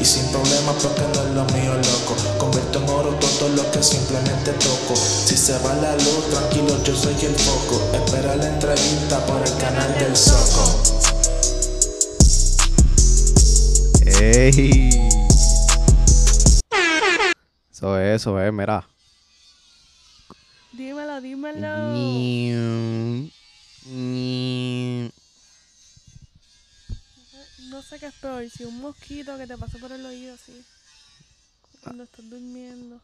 Y sin problema porque no es lo mío loco Convierto en oro todo lo que simplemente toco Si se va la luz, tranquilo yo soy el foco Espera la entrevista por el canal del Soco ¡Ey! Eso es, eso es, mira. Dímelo, dímelo. Ñiu, ñiu. No sé qué es peor, si un mosquito que te pasa por el oído así. Cuando estás durmiendo.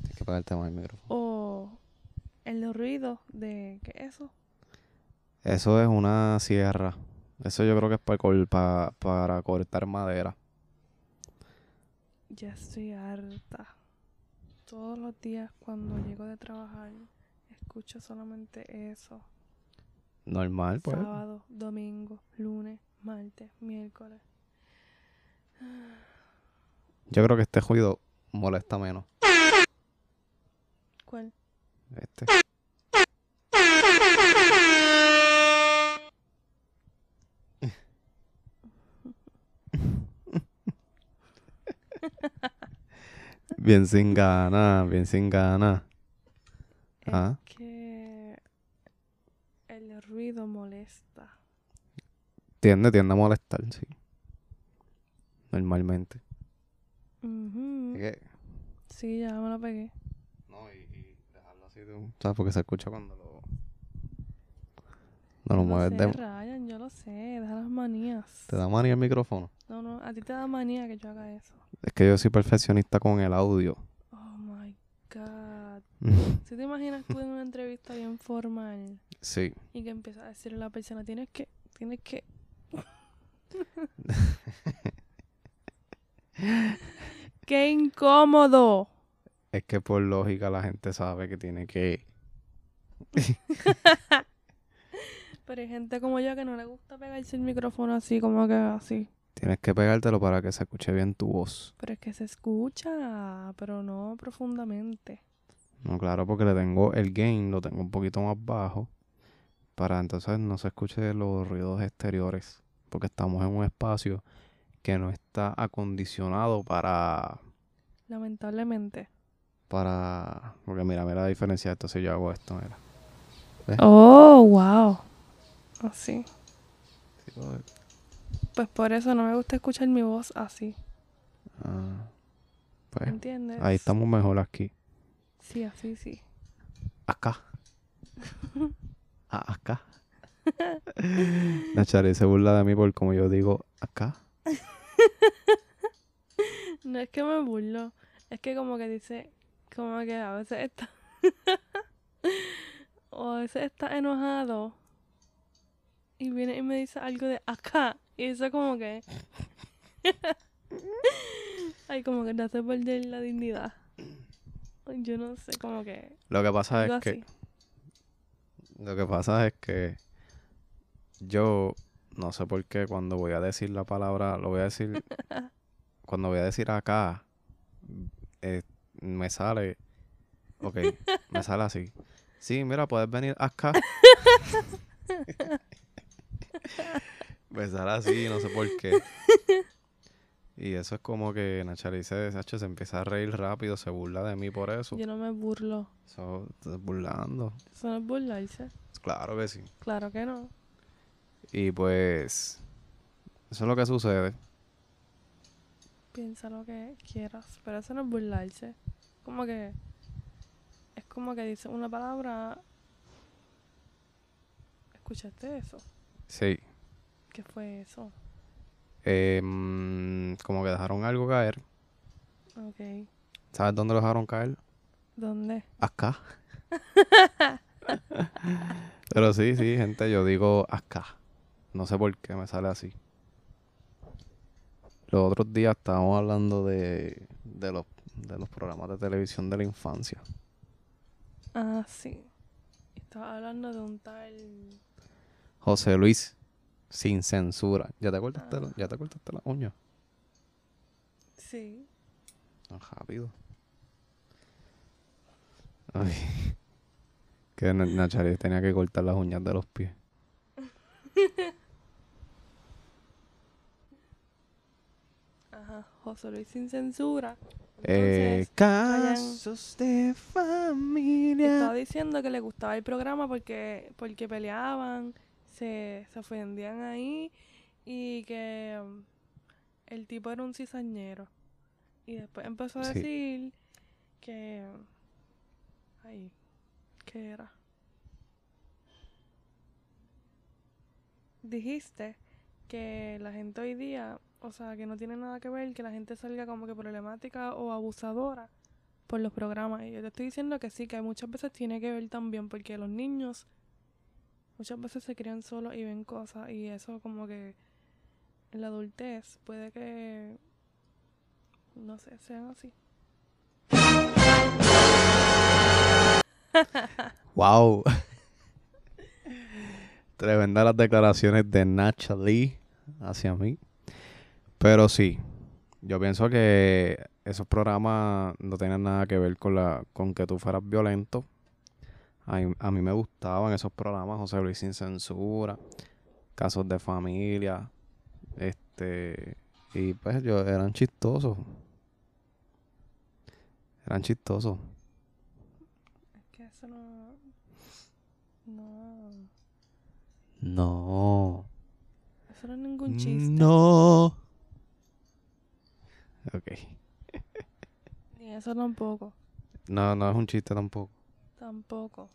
Tienes que pagarte más el micrófono. O el ruido de... ¿Qué es eso? Eso es una sierra. Eso yo creo que es para, col- pa- para cortar madera. Ya estoy harta. Todos los días cuando llego de trabajar, escucho solamente eso. Normal, pues. Sábado, domingo, lunes, martes, miércoles. Ah, Yo creo que este ruido molesta menos. ¿Cuál? Este. Bien sin ganas, bien sin ganas. Ah. Es que el ruido molesta. Tiende, tiende a molestar, sí. Normalmente. Ujú. Sí, ya me lo pegué. No, y, dejarlo así tú. ¿Sabes? Porque se escucha cuando lo. No lo No mueves sé, de. Ryan, yo lo sé, deja las manías. Te da manía el micrófono. No, no, a ti te da manía que yo haga eso. Es que yo soy perfeccionista con el audio. Oh my god. Si te imaginas tú en una entrevista bien formal sí. y que empiezas a decirle a la persona, tienes que, tienes que. ¡Qué incómodo! Es que por lógica la gente sabe que tiene que. Pero hay gente como yo que no le gusta pegarse el micrófono así, como que así. Tienes que pegártelo para que se escuche bien tu voz. Pero es que se escucha, pero no profundamente. No, claro, porque le tengo el gain, lo tengo un poquito más bajo. Para entonces no se escuche los ruidos exteriores. Porque estamos en un espacio que no está acondicionado para. Lamentablemente. para. Porque mira, mira la diferencia de esto si yo hago esto, mira. Oh, wow. Así. Sí, todo- Pues por eso no me gusta escuchar mi voz así. ah, pues, ¿Entiendes? ahí estamos mejor aquí. Sí, así, sí. Acá. Ah, acá. Nachari se burla de mí por como yo digo acá. No es que me burlo. Es que como que dice, como que a veces está... o a veces está enojado. Y viene y me dice algo de acá. Y eso como que... Ay, como que te hace perder la dignidad. Yo no sé, como que... Lo que pasa Ah, es Algo que. así. Lo que pasa es que yo no sé por qué cuando voy a decir la palabra, lo voy a decir, cuando voy a decir acá, eh, me sale, ok, me sale así. Sí, mira, puedes venir acá. me sale así, no sé por qué. Y eso es como que Nachari se deshacha, se empieza a reír rápido, se burla de mí por eso. Yo no me burlo. So, te estás burlando. Eso no es burlarse. Claro que sí. Claro que no. Y pues eso es lo que sucede. Piensa lo que quieras, pero eso no es burlarse. Como que. Es como que dice una palabra. ¿Escuchaste eso? Sí. ¿Qué fue eso? Eh, mm, como que dejaron algo caer. Ok. ¿Sabes dónde lo dejaron caer? ¿Dónde? Acá. Pero sí, sí, gente, yo digo acá. No sé por qué me sale así. Los otros días estábamos hablando de, de, los, de los programas de televisión de la infancia. Ah, sí. Estaba hablando de un tal. José Luis, sin censura. ¿Ya te cortaste, la- ya te cortaste la uña? Sí. Tan rápido. Ay. Que Na- Nachari tenía que cortar las uñas de los pies. Ajá, José Luis sin censura. Eh, Entonces, vayan. casos de estaba familia. diciendo que le gustaba el programa porque, porque peleaban, se, se ofendían ahí y que um, el tipo era un cizañero. Y después empezó a Sí. decir que... Ay, ¿qué era? Dijiste que la gente hoy día, o sea, que no tiene nada que ver que la gente salga como que problemática o abusadora por los programas. Y yo te estoy diciendo que sí, que muchas veces tiene que ver también, porque los niños muchas veces se crían solos y ven cosas, y eso como que en la adultez puede que, no sé, sean así. Wow. Tremendas las declaraciones de Nacha Lee hacia mí. Pero sí, yo pienso que esos programas no tienen nada que ver con la con que tú fueras violento. A mí, a mí me gustaban esos programas, José Luis sin censura, casos de familia, este y pues yo eran chistosos. Eran chistosos. Es que eso no... No... No. Eso no es ningún chiste. No. Ok. Ni eso tampoco. No, no es un chiste tampoco. Tampoco.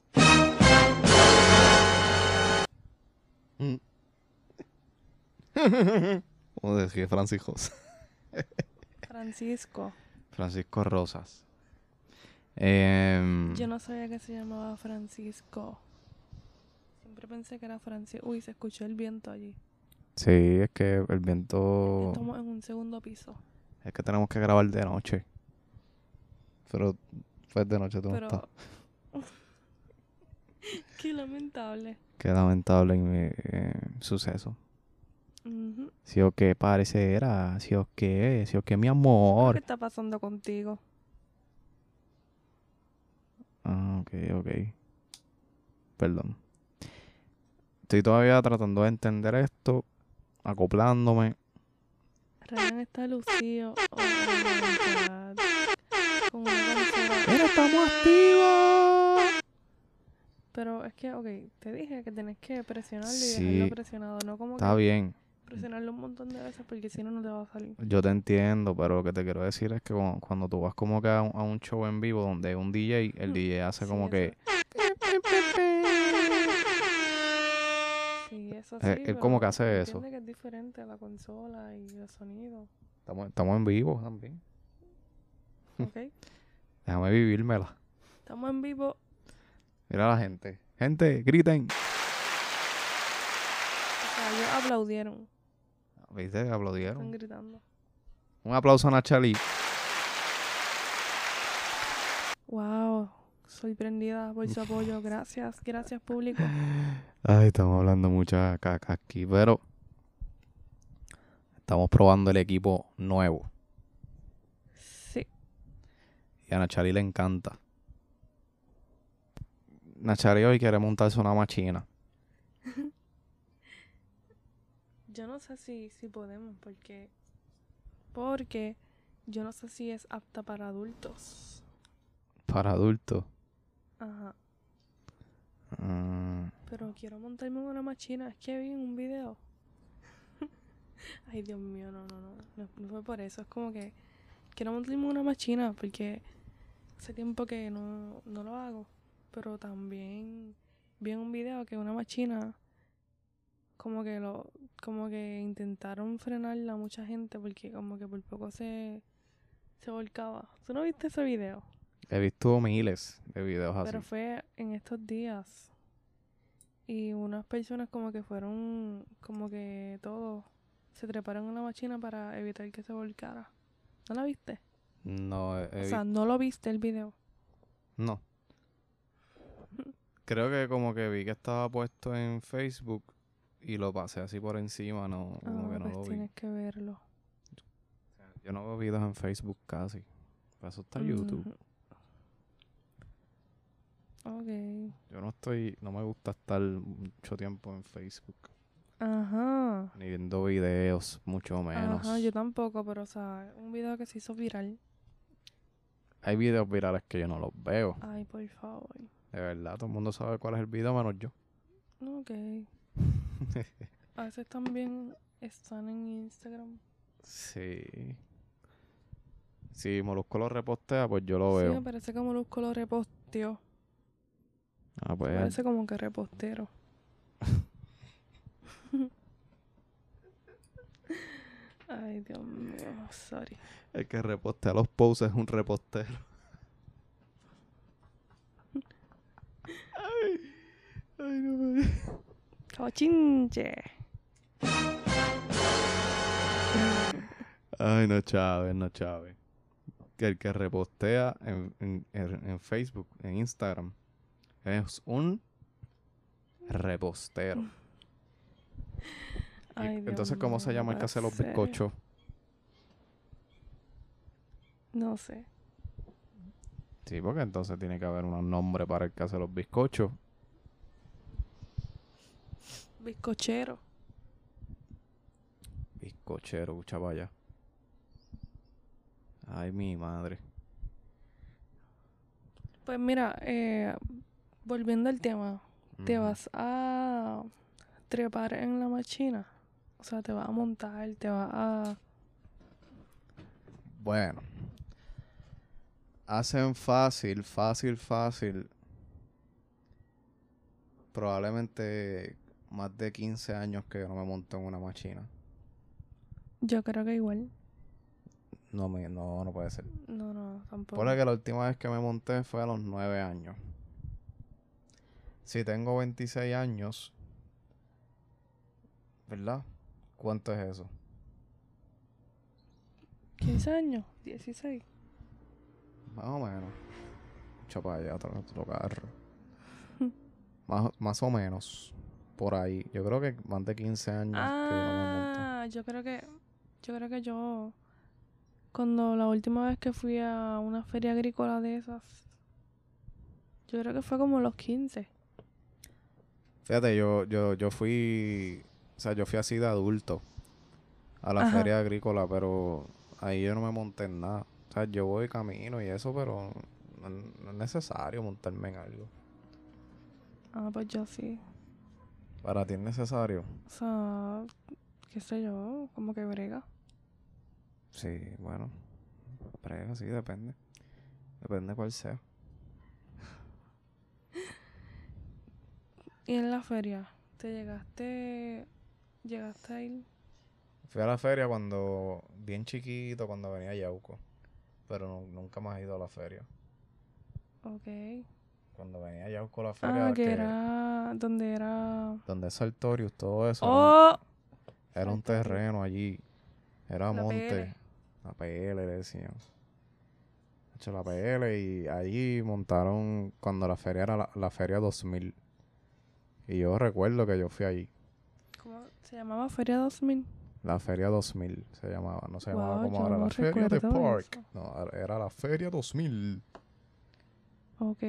Mm. Como decía Francisco. Francisco. Francisco Rosas. Em, Yo no sabía que se llamaba Francisco. Siempre pensé que era Francisco. Uy, se escuchó el viento allí. Sí, es que el viento. Estamos en un segundo piso. Es que tenemos que grabar de noche. Pero pues de noche tú no estás. Pero. Qué lamentable. Qué lamentable en mi, eh, suceso. Ujú. Si o que parecerá, si o que, si o que mi ¿Qué amor. está pasando contigo? Ah, ok, ok. Perdón. Estoy todavía tratando de entender esto, acoplándome. Ryan está lucido. Oh, my God. Con una canción. ¡Pero estamos activos! Pero es que, ok, te dije que tenés que presionarlo y Sí. dejarlo presionado. No como Está que bien, presionarlo un montón de veces porque si no, no te va a salir. yo te entiendo, pero lo que te quiero decir es que cuando, cuando tú vas como que a un, a un show en vivo donde un DJ, el Mm, DJ hace sí, como eso. que... Sí, eso sí. Eh, él como pero que hace eso. Entiende que es diferente a la consola y el sonido. Estamos, estamos en vivo también. Ok. Déjame vivírmela. Estamos en vivo. Mira la gente. Gente, griten. O sea, ellos aplaudieron. Ah, ¿Viste? Están Aplaudieron. gritando. Un aplauso a Nachali. Wow. Sorprendida por su apoyo. Gracias, gracias público. Ay, estamos hablando mucha caca aquí, pero estamos probando el equipo nuevo. Sí. Y a Nachari le encanta. Nachari hoy quiere montarse una machina. Yo no sé si, si podemos porque... Porque yo no sé si es apta para adultos. para adultos. Ajá. Mm, Pero quiero montarme en una machina. Es que vi en un video. Ay, Dios mío, no, no, no, no. No fue por eso. Es como que quiero montarme en una machina porque hace tiempo que no, no lo hago. Pero también vi en un video que una machina como que lo como que intentaron frenarla a mucha gente porque como que por poco se se volcaba. ¿Tú no viste ese video? he visto miles de videos así. Pero fue en estos días. Y unas personas como que fueron, como que todos se treparon en la machina para evitar que se volcara. ¿No la viste? No, he- he O vi- sea, no lo viste el video. no. Creo que como que vi que estaba puesto en Facebook y lo pasé así por encima, no, como Ah, que no pues lo vi. tienes que verlo. Yo no veo videos en Facebook casi. Para eso está YouTube. Ujú. Ok. Yo no estoy, no me gusta estar mucho tiempo en Facebook. Ajá. ni viendo videos, mucho menos. Ajá, yo tampoco, pero o sea, un video que se hizo viral. Hay videos virales que yo no los veo. Ay, por favor. De verdad, todo el mundo sabe cuál es el video menos yo. Ok. A veces también están en Instagram. Sí. Si Molusco lo repostea, pues yo lo Sí, me veo. parece como Molusco lo reposteó. Ah, pues Parece como que repostero. Ay, Dios mío, sorry. el que repostea los posts es un repostero. ay, ay, no me... Cochinche. Ay, no Chávez, no Chávez. Que el que repostea en, en- en- en Facebook, en Instagram, es un repostero. Y Ay, Dios entonces, ¿cómo se mío, llama el que ¿en hace los serio? bizcochos? No sé. Sí, porque entonces tiene que haber un nombre para el que hace los bizcochos. Bizcochero. Bizcochero, chavalla. Ay, mi madre. Pues mira, eh, volviendo al tema, ¿te Ujú. vas a trepar en la machina? O sea, te vas a montar, te vas a... Bueno. Hacen fácil, fácil, fácil. Probablemente más de 15 años que yo no me monto en una máquina. Yo creo que igual. No, me, no, no puede ser. No, no, tampoco. Por que la última vez que me monté fue a los 9 años. Si tengo 26 años, ¿verdad? ¿Cuánto es eso? ¿15 años? 16. Más o menos. Mucho para allá, otro, otro carro. más, más o menos. Por ahí. Yo creo que más de 15 años que yo no me monto. Ah, yo creo que... Yo creo que yo... Cuando la última vez que fui a una feria agrícola de esas... Yo creo que fue como los 15. Fíjate, yo, yo, yo fui. O sea, yo fui así de adulto. A la Ajá. feria agrícola, pero ahí yo no me monté en nada. O sea, yo voy camino y eso, pero no, no es necesario montarme en algo. Ah, pues yo sí. Para ti es necesario. O sea, qué sé yo, como que brega. Sí, bueno. Pero sí, depende. Depende cuál sea. Y en la feria, ¿te llegaste, llegaste a ir? Fui a la feria cuando, bien chiquito, cuando venía a Yauco. Pero nu- nunca más he ido a la feria. Ok. Cuando venía a Yauco a la feria, Ah, que que- era donde era... donde es Sartorius, todo eso. era ¡Oh! un- Era un Sartorius. terreno allí. Era La monte. PL. La PL, le decían. De hecho, la PL y allí montaron cuando la feria era la, la feria 2000. Y yo recuerdo que yo fui allí. ¿Cómo se llamaba Feria 2000? La Feria 2000 se llamaba, no se llamaba Guau, como yo ahora no la Feria de recuerdo Park. eso. No, ahora era la Feria 2000. Ok.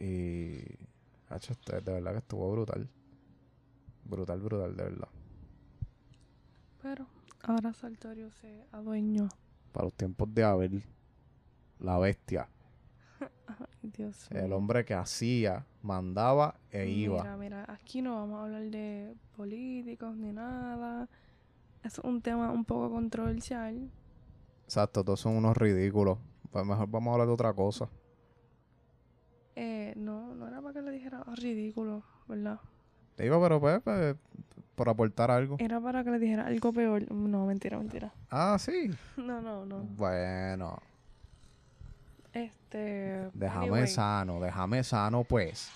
Y. Hacho, este- de verdad que estuvo brutal. Brutal, brutal, de verdad. Pero ahora Saltorio se adueñó. Para los tiempos de Abel, la bestia, Ay, Dios mío. el hombre que hacía, mandaba e Mira, iba. mira, aquí no vamos a hablar de políticos ni nada. Es un tema un poco controversial. Exacto, todos son unos ridículos. Pues mejor vamos a hablar de otra cosa. Eh, no, no era para que le dijera "Ah, ridículo, ¿verdad? Te digo, pero pues, pues, por aportar algo. Era para que le dijera algo peor. No, mentira, mentira. Ah, sí. No, no, no. Mm. Bueno, Este. déjame anyway, sano, déjame sano, pues.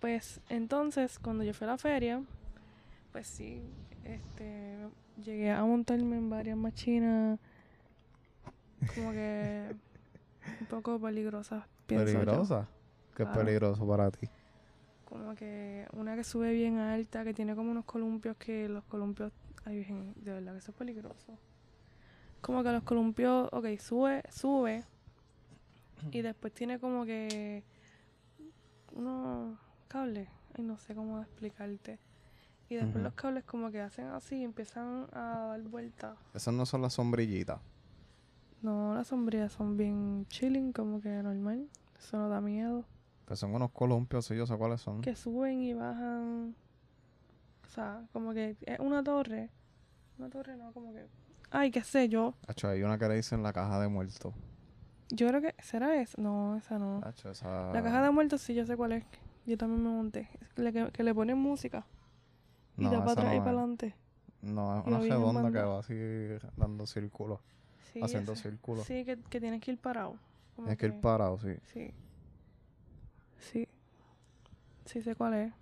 Pues entonces, cuando yo fui a la feria, pues sí, este. Llegué a montarme en varias machinas. Como que. un poco peligrosas, pienso yo. Peligrosa. Qué Claro. peligroso para ti. Como que una que sube bien alta, que tiene como unos columpios que los columpios. Ay, virgen, de verdad que eso es peligroso. Como que los columpios, ok, sube, sube. Y después tiene como que. Unos cables. Ay, no sé cómo explicarte. Y después Ujú. los cables como que hacen así y empiezan a dar vueltas. Esas no son las sombrillitas. No, las sombrillas son bien chilling, como que normal. Eso no da miedo. Que Pues son unos columpios, si yo sé cuáles son. Que suben y bajan. O sea, como que es una torre. Una torre no, como que... Ay, qué sé yo. Hacho, hay una que le dicen la caja de muertos. Yo creo que... ¿Será esa? No, esa no. Hacho, esa... La caja de muertos sí, yo sé cuál es. Yo también me monté. Es que le- que, que le ponen música. Y No, da para esa atrás y no para es. adelante. No, es Y una lo vi en redonda que banda. va así dando círculos. Sí, haciendo ese. círculos. Sí, que, que tienes que ir parado. Como Tienes que ir parado, sí. Sí. Sí. Sí sé cuál es.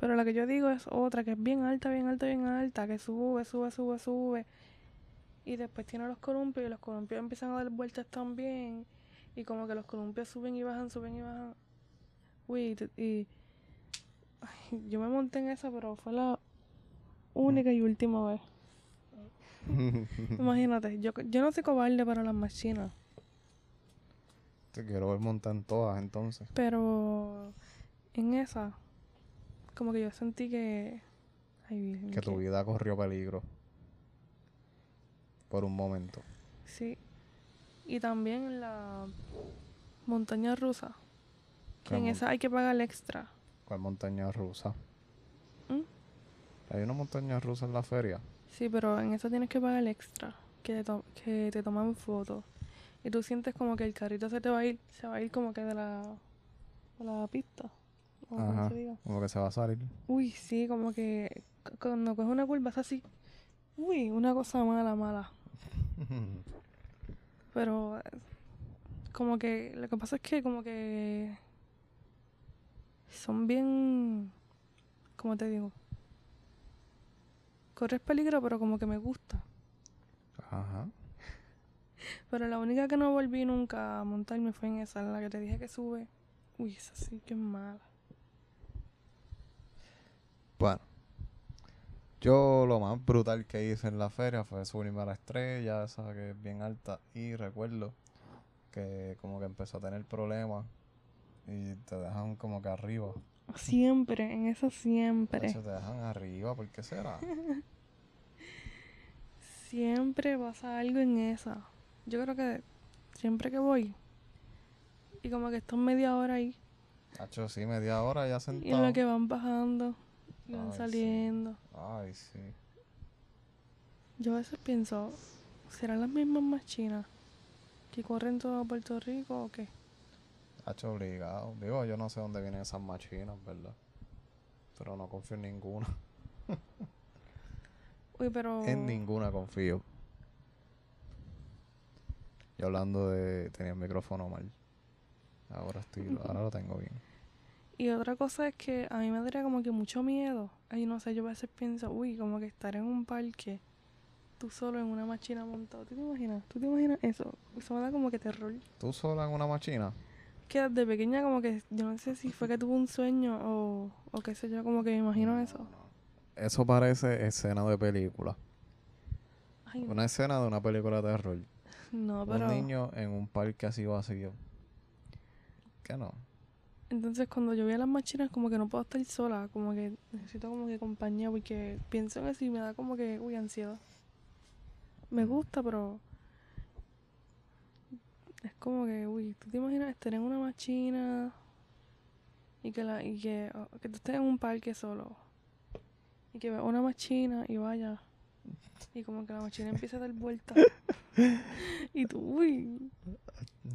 Pero la que yo digo es otra, que es bien alta, bien alta, bien alta, que sube, sube, sube, sube. Y después tiene los columpios y los columpios empiezan a dar vueltas también. Y como que los columpios suben y bajan, suben y bajan. Uy, y te- y... Ay, yo me monté en esa, pero fue la única y última vez. Mm. Imagínate, yo, yo no soy cobarde para las máquinas. Te quiero ver montar en todas, entonces. Pero en esa, como que yo sentí que. Ay, Virgen, Que tu que- vida corrió peligro. Por un momento. Sí. Y también en la montaña rusa. Que ¿Qué en mon- esa hay que pagar extra. ¿Cuál montaña rusa? ¿Mm? Hay una montaña rusa en la feria. Sí, pero en esa tienes que pagar extra. Que te, to- que te toman fotos. Y tú sientes como que el carrito se te va a ir. Se va a ir como que de la, de la pista. O como Ajá. se diga. Como que se va a salir. Uy, sí, como que cu- cuando coges una curva es así. Uy, una cosa mala, mala. Pero eh, como que lo que pasa es que como que son bien, ¿cómo te digo? Corres peligro, pero como que me gusta. Ajá. Pero la única que no volví nunca a montarme fue en esa, en la que te dije que sube. Uy, esa sí que es mala. Bueno. Yo lo más brutal que hice en la feria fue subirme a la estrella, esa que es bien alta. Y recuerdo que como que empezó a tener problemas. Y te dejan como que arriba. Siempre, en esa De siempre. hecho, te dejan arriba, ¿por qué será? Siempre pasa algo en esa. Yo creo que siempre que voy. Y como que están media hora ahí. Hacho, sí, media hora ya Y en sentado. lo que van bajando, y van Ay, sí. saliendo. Ay, sí. Yo a veces pienso, ¿serán las mismas más chinas que corren todo Puerto Rico o qué? Hacho obligado. Digo, yo no sé dónde vienen esas machinas, ¿verdad? Pero no confío en ninguna. Uy, pero. En ninguna confío. Y hablando de... Tenía el micrófono mal. Ahora estoy... Ahora lo tengo bien. Y otra cosa es que a mí me daría como que mucho miedo. Ay, no sé, yo a veces pienso, uy, como que estar en un parque, tú solo en una machina montado. ¿Tú te imaginas? ¿Tú te imaginas eso? Eso me da como que terror. ¿Tú sola en una machina? Que desde pequeña como que, yo no sé si fue que tuve un sueño o, o qué sé yo, como que me imagino eso. Eso parece escena de película. Ay, no, Una escena de una película de terror. no, Un pero... niño en un parque así vacío. ¿Qué no? Entonces cuando yo voy a las machinas como que no puedo estar sola, como que necesito como que compañía porque pienso en eso y me da como que, uy, ansiedad. Me gusta, pero es como que, uy, ¿tú te imaginas estar en una machina y que la y que, oh, que tú estés en un parque solo y que veas una machina y vaya y como que la machina empieza a dar vueltas y tú, uy,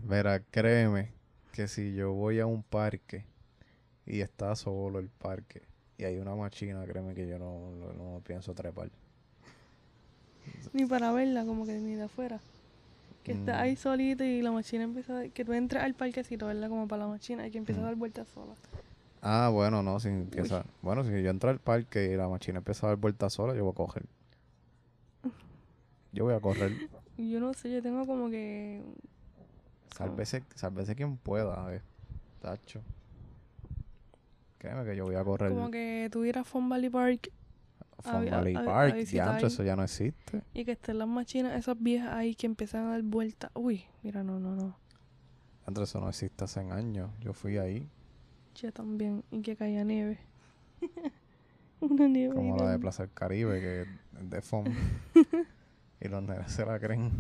Verá, créeme que si yo voy a un parque y está solo el parque y hay una machina, créeme que yo no, no, no pienso trepar. ni para verla, como que ni de afuera. Que Mm. está ahí solito y la machina empieza a... Que tú entras al parquecito, ¿verdad? Como para la machina y que Mm. empieza a dar vueltas sola. Ah, bueno, no, si empieza. Bueno, si yo entro al parque y la machina empieza a dar vueltas sola, yo voy a coger. Yo voy a correr. Y yo no sé, yo tengo como que... Ah. Sálvese, sálvese quien pueda, a ver. Tacho. Créeme que yo voy a correr. Como que tú ir a Fun Valley Park From a- Valley a- a Park, visitar. diantre, eso ya no existe. y que estén las machinas esas viejas ahí que empiezan a dar vueltas. Uy, mira, no, no, no. Diantre, eso no existe hace años. Yo fui ahí. Yo también. Y que caía nieve. Una nieve. Como la de grande. Plaza del Caribe, que es de FOM. y los nenes se la creen.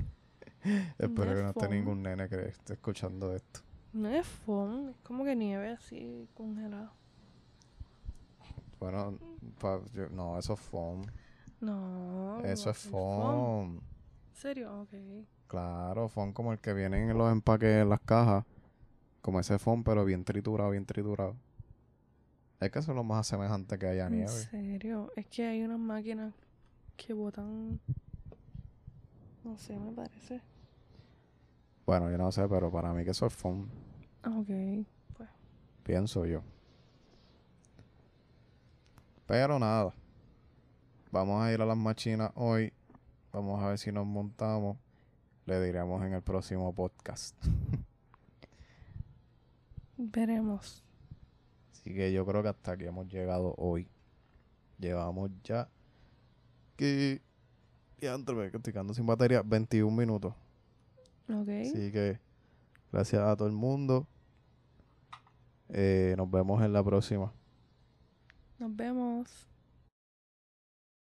Espero es que no esté FOM. ningún nene que esté escuchando esto. No es foam, es como que nieve así congelada. Bueno, pa- yo- no, eso es FOM. No. eso no es FOM. ¿En serio? Ok. Claro, FOM como el que viene en los empaques en las cajas. Como ese FOM, pero bien triturado, bien triturado. Es que eso es lo más semejante que haya En nieve. serio, es que hay unas máquinas que botan. No sé, me parece. Bueno, yo no sé, pero para mí que eso es FOM. Ah, Ok, pues. Pienso yo. Pero nada. Vamos a ir a las machinas hoy. Vamos a ver si nos montamos. Le diremos en el próximo podcast. Veremos. Así que yo creo que hasta aquí hemos llegado hoy. Llevamos ya. Que. Diantre, me estoy quedando sin batería. 21 minutos. Ok. Así que. Gracias a todo el mundo. Eh, nos vemos en la próxima. Nos vemos.